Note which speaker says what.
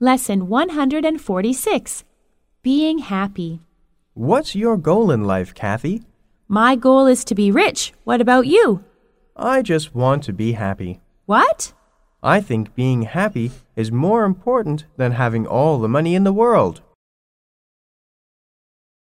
Speaker 1: Lesson 146 Being Happy.
Speaker 2: What's your goal in life, Kathy?
Speaker 1: My goal is to be rich. What about you?
Speaker 2: I just want to be happy.
Speaker 1: What?
Speaker 2: I think being happy is more important than having all the money in the world.